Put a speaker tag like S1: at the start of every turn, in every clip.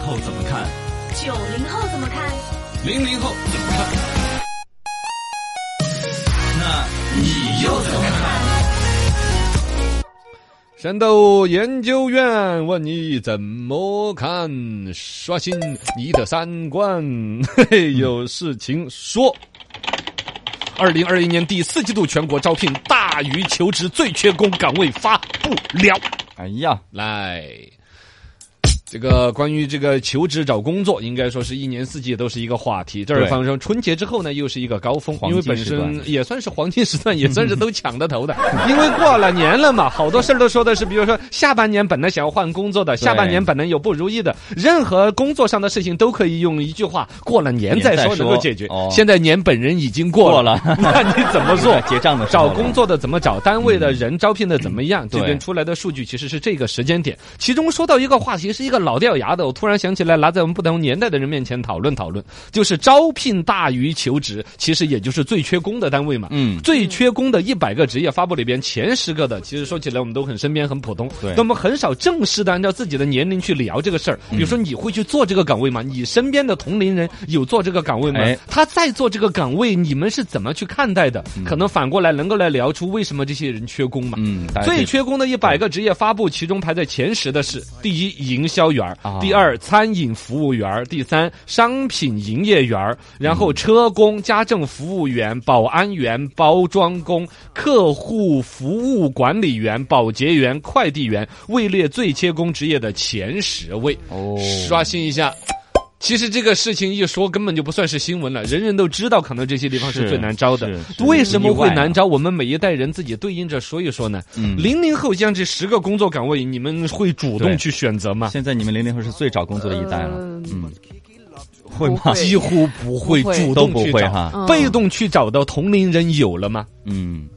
S1: 后怎么看？
S2: 九零后怎么看？
S1: 零零后怎么看？那你又怎么看？
S3: 山豆研究院问你怎么看？刷新你的三观， 嘿嘿，有事情说。二零二一年第四季度全国招聘大于求职最缺工岗位发布了。
S4: 哎呀，
S3: 来，这个关于这个求职找工作，应该说是一年四季都是一个话题。这儿
S4: 对
S3: 放上春节之后呢，又是一个高峰，
S4: 黄
S3: 因
S4: 金
S3: 为本
S4: 时段嗯
S3: 身也算是黄金时段，也算是都抢得头的。 因为过了年了嘛，好多事儿都说的是，比如说下半年本来想要换工作的，下半年本来有不如意的，任何工作上的事情都可以用一句话“过了年再
S4: 年
S3: 说”
S4: 再说
S3: 能够解决。
S4: 哦
S3: 现在年本人已经过
S4: 过
S3: 了，
S4: 了
S3: 那你怎么做？
S4: 结账的时候
S3: 找
S4: 了嗯
S3: 工作的怎么找，单位的人招聘的怎么样，这
S4: 对
S3: 边出来的数据其实是这个时间点。其中说到一个话题，是一个老掉牙的，我突然想起来，拿在我们不同年代的人面前讨论讨论，就是招聘大于求职，其实也就是最缺工的单位嘛。
S4: 嗯
S3: 最缺工的一百个职业发布里边，前十个的，其实说起来我们都很身边很普通，
S4: 对
S3: 那么很少正式的按照自己的年龄去聊这个事儿。比如说，你会去做这个岗位吗？你身边的同龄人有做这个岗位吗
S4: 哎？
S3: 他在做这个岗位，你们是怎么去看待的？可能反过来能够来聊出为什么这些人缺工嘛。
S4: 嗯，大家可
S3: 最
S4: 以
S3: 缺工的一百个职业发布，其中排在前十的是：第一，营销员儿
S4: 嗯啊；
S3: 第二，餐饮服务员儿；第三，商品营业员
S4: 嗯
S3: 儿；然后车工、家政服务员、保安员、包装工、客户服务管理员、保洁员、快递员，位列最缺工职业的前十位。
S4: 哦，
S3: 刷新一下。其实这个事情一说，根本就不算是新闻了，人人都知道，可能这些地方是
S4: 是
S3: 最难招的
S4: 是。是
S3: 为什么
S4: 意外
S3: 会
S4: 啊
S3: 难招？我们每一代人自己对应着说一说呢？
S4: 嗯
S3: 零零后像这十个工作岗位，你们会主动
S4: 对
S3: 去选择吗？
S4: 现在你们零零后是最找工作的一代了，
S5: 嗯
S4: 嗯，
S5: 会
S4: 吗？
S3: 几乎不会
S5: 不会
S3: 主
S4: 都
S3: 动
S4: 不
S3: 去
S4: 会
S3: 找，
S4: 哈，
S5: 嗯
S3: 被动去找到同龄人有了吗？
S4: 嗯，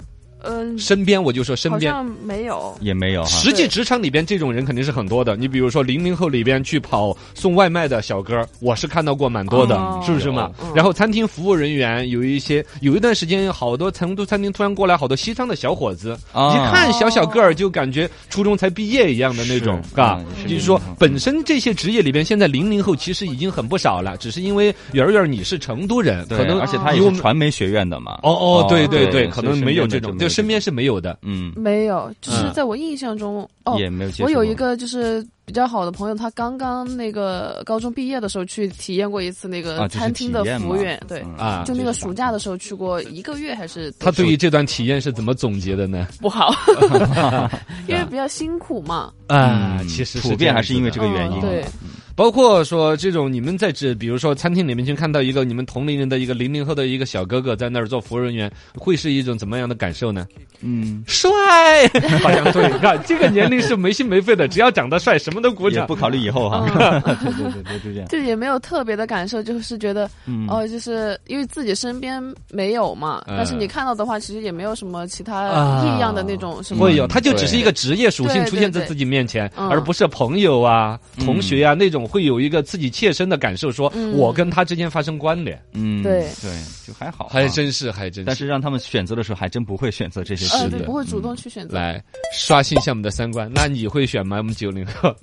S5: 嗯，
S3: 身边我就说身
S5: 好
S3: 边。
S5: 像没有。
S4: 也没有哈，
S3: 实际
S5: 对
S3: 职场里边这种人肯定是很多的，你比如说零零后里边去跑送外卖的小哥，我是看到过蛮多的，
S5: 哦
S3: 是不是嘛？
S5: 有嗯
S3: 然后餐厅服务人员有一些，有一段时间好多成都餐厅突然过来好多西昌的小伙子，
S4: 啊
S3: 一看小小个儿就感觉初中才毕业一样的那种，
S4: 是
S3: 嘎
S4: 嗯也是。
S3: 就是
S4: 零
S3: 说
S4: 零后，
S3: 本身这些职业里边，现在零零后其实已经很不少了，只是因为圆儿圆儿你是成都人，
S4: 对
S3: 可能
S4: 而且他也
S3: 因为我
S4: 是
S3: 们
S4: 传媒学院的嘛，
S3: 哦哦，对对对，
S4: 对
S3: 可
S4: 所以
S3: 能
S4: 身
S3: 没有
S4: 边
S3: 这
S4: 的
S3: 种，
S4: 就没
S3: 就
S4: 有
S3: 身
S4: 这
S3: 边是没有的。
S4: 嗯，
S5: 没有，就是
S3: 嗯
S5: 在我印象中，哦，
S4: 也没有接触过，
S5: 我有一个就是比较好的朋友，他刚刚那个高中毕业的时候去体验过一次那
S4: 啊
S5: 个
S4: 就是
S5: 餐厅的
S4: 体验嘛
S5: 服务员，对，
S4: 嗯
S3: 啊
S5: 就那个暑假的时候去过一个月 还是
S3: 他对于这段体验是怎么总结的呢？
S5: 不好，因为比较辛苦嘛，
S3: 啊，
S4: 嗯
S3: 其实
S4: 普遍还是因 为这
S5: 这
S4: 个原因，
S5: 对，，
S3: 包括说这种你们在这，比如说餐厅里面去看到一个你们同龄人的一个零零后的一个小哥哥在那儿做服务人员，会是一种怎么样的感受呢？
S4: 嗯，
S3: 帅，好像对，看这个年龄是没心没肺的，只要长得帅，什么都鼓
S4: 也
S3: 掌
S4: 不。考虑以后哈，
S5: 嗯，
S4: 对对对对，就这样，
S5: 就也没有特别的感受，就是觉得
S4: 嗯，
S5: 哦，就是因为自己身边没有嘛，
S3: 嗯
S5: 但是你看到的话，其实也没有什么其他
S3: 啊
S5: 异样的那种什么
S3: 会有，他就只是一个职业属性出现在自己面前，
S5: 对对对嗯
S3: 而不是朋友啊、同学啊那种会有一个自己切身的感受，说
S5: 嗯
S3: 我跟他之间发生关联，
S4: 嗯，
S5: 对
S4: 对，就还好啊，
S3: 还真是还真
S4: 但是让他们选择的时候，还真不会选择这些
S5: 呃，
S4: 事
S5: 对，
S4: 业
S5: 不，会主动去选择。
S3: 嗯来刷新一下我们的三 观，那你会选吗？我们九零后，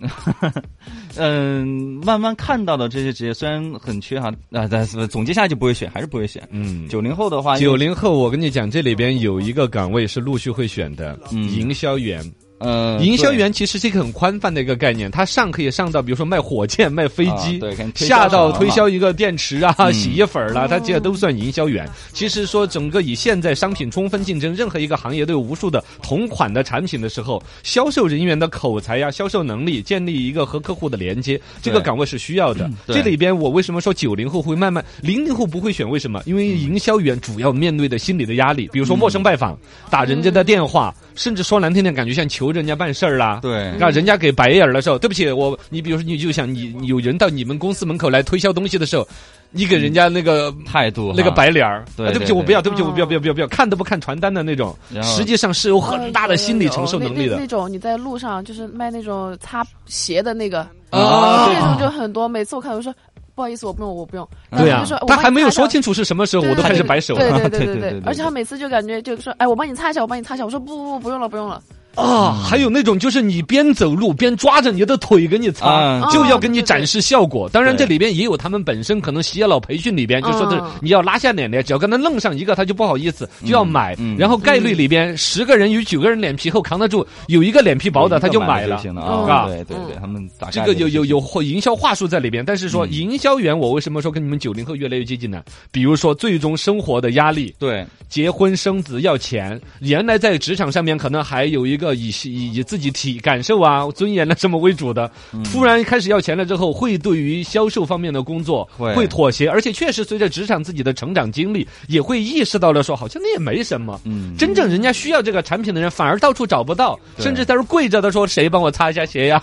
S4: 嗯，慢慢看到的这些职业虽然很缺哈，啊，但是总结下来就不会选，还是不会选。
S3: 嗯，
S4: 九零后的话，
S3: 九零后，我跟你讲，这里边有一个岗位是陆续会选的，
S4: 嗯
S3: 营销员。
S4: 呃，
S3: 营销员其实是一个很宽泛的一个概念，他上可以上到，比如说卖火箭、卖飞机，
S4: 啊对跟推销
S3: 下到
S4: 什么
S3: 推销一个电池啊、
S4: 嗯哦
S3: 洗衣粉儿啦、他这些都算营销员。其实说整个以现在商品充分竞争，任何一个行业都有无数的同款的产品的时候，销售人员的口才呀、销售能力，建立一个和客户的连接，这个
S4: 对嗯
S3: 岗位是需要的。
S4: 对
S3: 这里边我为什么说九零后会慢慢，零零后不会选？为什么？因为营销员主要面对的心理的压力，比如说陌生拜
S4: 嗯
S3: 访、打人家的电话，甚至说难听点，感觉像求人家办事儿啦。
S4: 啊对
S3: 那人家给白眼儿的时候，对不起，我你比如说你就想你你有人到你们公司门口来推销东西的时候，你给人家那个。
S4: 态度
S3: 那个
S4: 哈
S3: 白脸儿，
S4: 对
S3: 啊对不嗯起，
S4: 对
S3: 我不要，对不起，
S5: 对
S3: 我不要，不要，不要，不要，看都不看传单的那种，
S4: 然后
S3: 实际上是有
S5: 呃
S3: 很大的心理承受能力
S5: 有有那那
S3: 的
S5: 那种你在路上就是卖那种擦鞋的那个，
S3: 啊
S5: 这种就很多。每次我看，我说不好意思，我不用，我不用。
S3: 对
S5: 呀、
S3: 呀
S5: 就说，
S3: 他还没有说
S5: 清。
S3: 清楚是什么时候，
S5: 对
S3: 我都
S5: 对
S3: 开始
S5: 对
S3: 摆手
S5: 对
S3: 了。
S5: 对对
S4: 对对对
S5: 对
S4: 对
S5: 而且他每次就感觉就说，哎，我帮你擦一下，我帮你擦一下。我说不不不，不用了，不用了。
S3: 啊，还有那种就是你边走路边抓着你的腿给你擦，
S4: 嗯
S3: 就要给
S5: 哦
S3: 你
S5: 对对
S3: 展示效果。当然，
S4: 对
S3: 这里边也有他们本身可能洗脑培训里边就说的是
S5: 嗯
S3: 你要拉下脸来，只要跟他弄上一个，他就不好意思，就要买
S4: 嗯。
S3: 然后概率里边十个人有九个人脸皮厚扛得住，有一个脸皮薄的他就买了
S4: 就。行了
S5: 嗯
S4: 啊。
S3: 嗯
S4: 对对对，他们打
S3: 这
S4: 概
S3: 个
S4: 率
S3: 有有
S4: 就
S3: 有
S4: 行
S3: 或营销话术在里边，但是说
S4: 嗯
S3: 营销员，我为什么说跟你们九零后越来越接近呢？比如说，最终生活的压力，
S4: 对
S3: 结婚生子要钱，原来在职场上面可能还有一个以以以自己体感受啊、尊严了什么为主的，
S4: 嗯
S3: 突然开始要钱了之后，会对于销售方面的工作
S4: 会
S3: 会妥协，而且确实随着职场自己的成长经历，也会意识到了说好像那也没什么。
S4: 嗯
S3: 真正人家需要这个产品的人，反而到处找不到，
S4: 对
S3: 甚至在那儿跪着的说：“谁帮我擦一下鞋 呀？”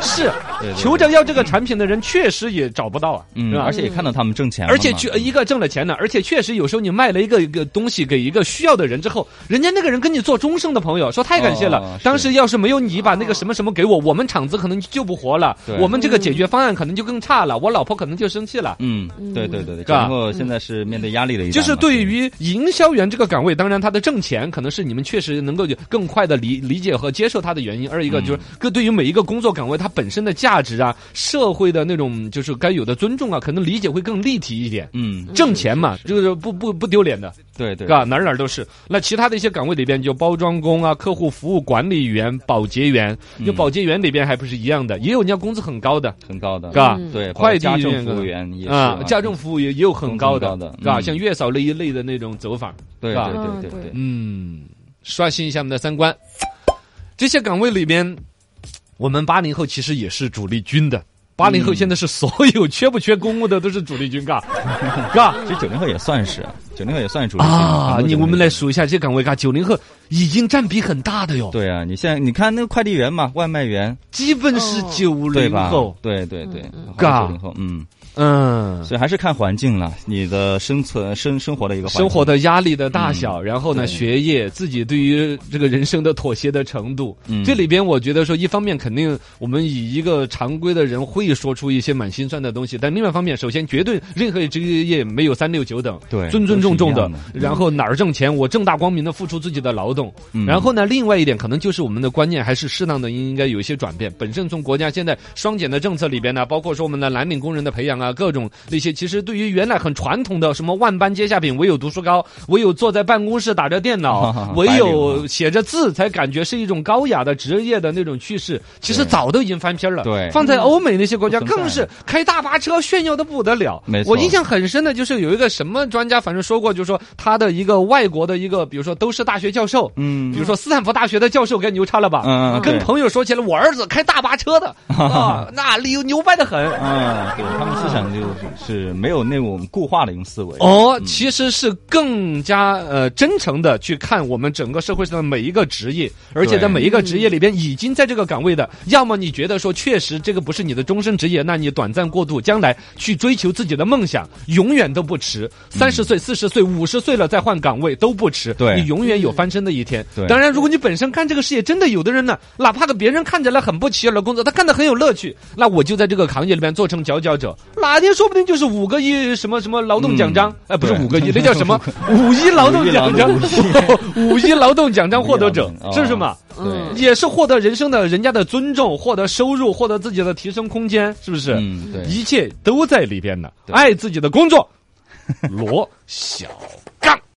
S3: 是
S4: 对对，
S3: 求着要这个产品的人，确实也找不到啊，
S4: 嗯
S3: 是，吧
S4: 而且也看到他们挣钱了嘛，
S3: 而且去哎一个挣了钱了，而且确实有时候你卖了一个一个东西给一个需要的人之后，人家那个人跟你做终生的朋友，说太感谢了。
S4: 哦是
S3: 当时要是没有你把那个什么什么给我，我们厂子可能就救不活了
S4: 对，
S3: 我们这个解决方案可能就更差了，我老婆可能就生气了。
S4: 嗯，对对对对，
S3: 是吧
S4: 然后现在是面对压力的一代
S3: 就
S4: 嘛，
S3: 是对于营销员这个岗位，当然他的挣钱可能是你们确实能够更快的理理解和接受他的原因。二一个就是
S4: 嗯
S3: 各对于每一个工作岗位它本身的价值啊，社会的那种就是该有的尊重啊，可能理解会更立体一点。
S4: 嗯，
S3: 挣钱嘛，就是不不不丢脸的，
S4: 对对，
S3: 啊，哪儿哪儿都是。那其他的一些岗位里边，就包装工啊、客户服务管理员、保洁员，
S4: 嗯
S3: 就保洁员里边还不是一样的，也有人家工资很高的，
S4: 很高的，
S3: 嘎
S5: 嗯
S4: 对，包括
S3: 快递
S4: 家
S3: 员
S4: 政服
S3: 可
S4: 务
S3: 能
S4: 员也是
S3: 啊，家政服务也也有很高的
S4: 工资很高，的
S3: 嘎，
S4: 嗯
S3: 像月嫂那一类的那种走法，
S4: 对
S3: 是吧
S4: 对对
S5: 嗯
S4: 对对，
S3: 嗯，刷新一下我们的三观。这些岗位里边，我们八零后其实也是主力军的。八零
S4: 嗯
S3: 后现在是所有缺不缺公务的都是主力军， 嘎，嘎，
S4: 其实九零后也算是，啊九零后也算是主力军
S3: 啊，你我们。
S4: 很多90
S3: 来
S4: 后
S3: 数一下这岗位，嘎，九零后已经占比很大的哟，
S4: 对啊，你现在你看那个快递员嘛，外卖员，
S3: 基本是
S5: 哦
S3: 九
S4: 对
S3: 零
S4: 吧
S3: 后，？嗯
S4: 对对对，
S3: 嘎
S4: 九零后，嗯，
S3: 嗯，
S4: 所以还是看环境了，你的生存生生活的一个环境嗯
S3: 生活的压力的大小，然后呢，
S4: 对
S3: 学业，自己对于这个人生的妥协的程度，
S4: 嗯
S3: 这里边我觉得说，一方面肯定我们以一个常规的人会说出一些蛮心酸的东西，但另外一方面，首先绝对任何职业没有三六九等，
S4: 对
S3: 尊尊重重
S4: 都是
S3: 的
S4: 一样，
S3: 然后哪儿挣钱，我正大光明的付出自己的劳动，
S4: 嗯，
S3: 然后呢，另外一点可能就是我们的观念还是适当的应该有一些转变。本身从国家现在双减的政策里边呢，包括说我们的蓝领工人的培养啊，各种那些，其实对于原来很传统的什么万般皆下品，唯有读书高，唯有坐在办公室打着电脑唯
S4: 白领啊
S3: 有写着字才感觉是一种高雅的职业的那种趋势，其实
S4: 对
S3: 早都已经翻篇了。
S4: 对
S3: 放在欧美那些国家
S4: 不存在
S3: 更是开大巴车炫耀的不得了。
S4: 没错
S3: 我印象很深的就是有一个什么专家，反正说过，就是说他的一个外国的一个，比如说都是大学教授，
S4: 嗯
S3: 比如说斯坦福大学的教授该牛叉了吧？
S4: 嗯嗯
S3: 跟
S4: 对
S3: 朋友说起来，我儿子开大巴车 的啊，那牛牛掰的很。
S4: 嗯，对他们思想就是是没有那种固化的一种思维。
S3: 哦，其实是更加呃真诚的去看我们整个社会上的每一个职业，而且在每一个职业里边已经在这个岗位的，要么你觉得说确实这个不是你的终身职业，那你短暂过渡，将来去追求自己的梦想，永远都不迟。三十岁、四十岁、五十岁了再换岗位都不迟，
S4: 对
S3: 你永远有翻身的一天。
S4: 对
S3: 当然，如果你本身干这个事业，真的有的人呢，哪怕个别人看起来很不起眼的工作，他干得很有乐趣，那我就在这个行业里面做成佼佼者，哪天说不定就是五个亿什么什么劳动奖章，哎、不是
S4: 对
S3: 五个 亿，那叫什么五一劳动奖章， 五一劳动奖章获哦得者
S4: 五一劳动，
S3: 是不是嘛？
S5: 嗯
S4: 对，
S3: 也是获得人生的人家的尊重，获得收入，获得自己的提升空间，是不是？
S4: 嗯，对，
S3: 一切都在里边呢。
S4: 对
S3: 爱自己的工作，罗小刚。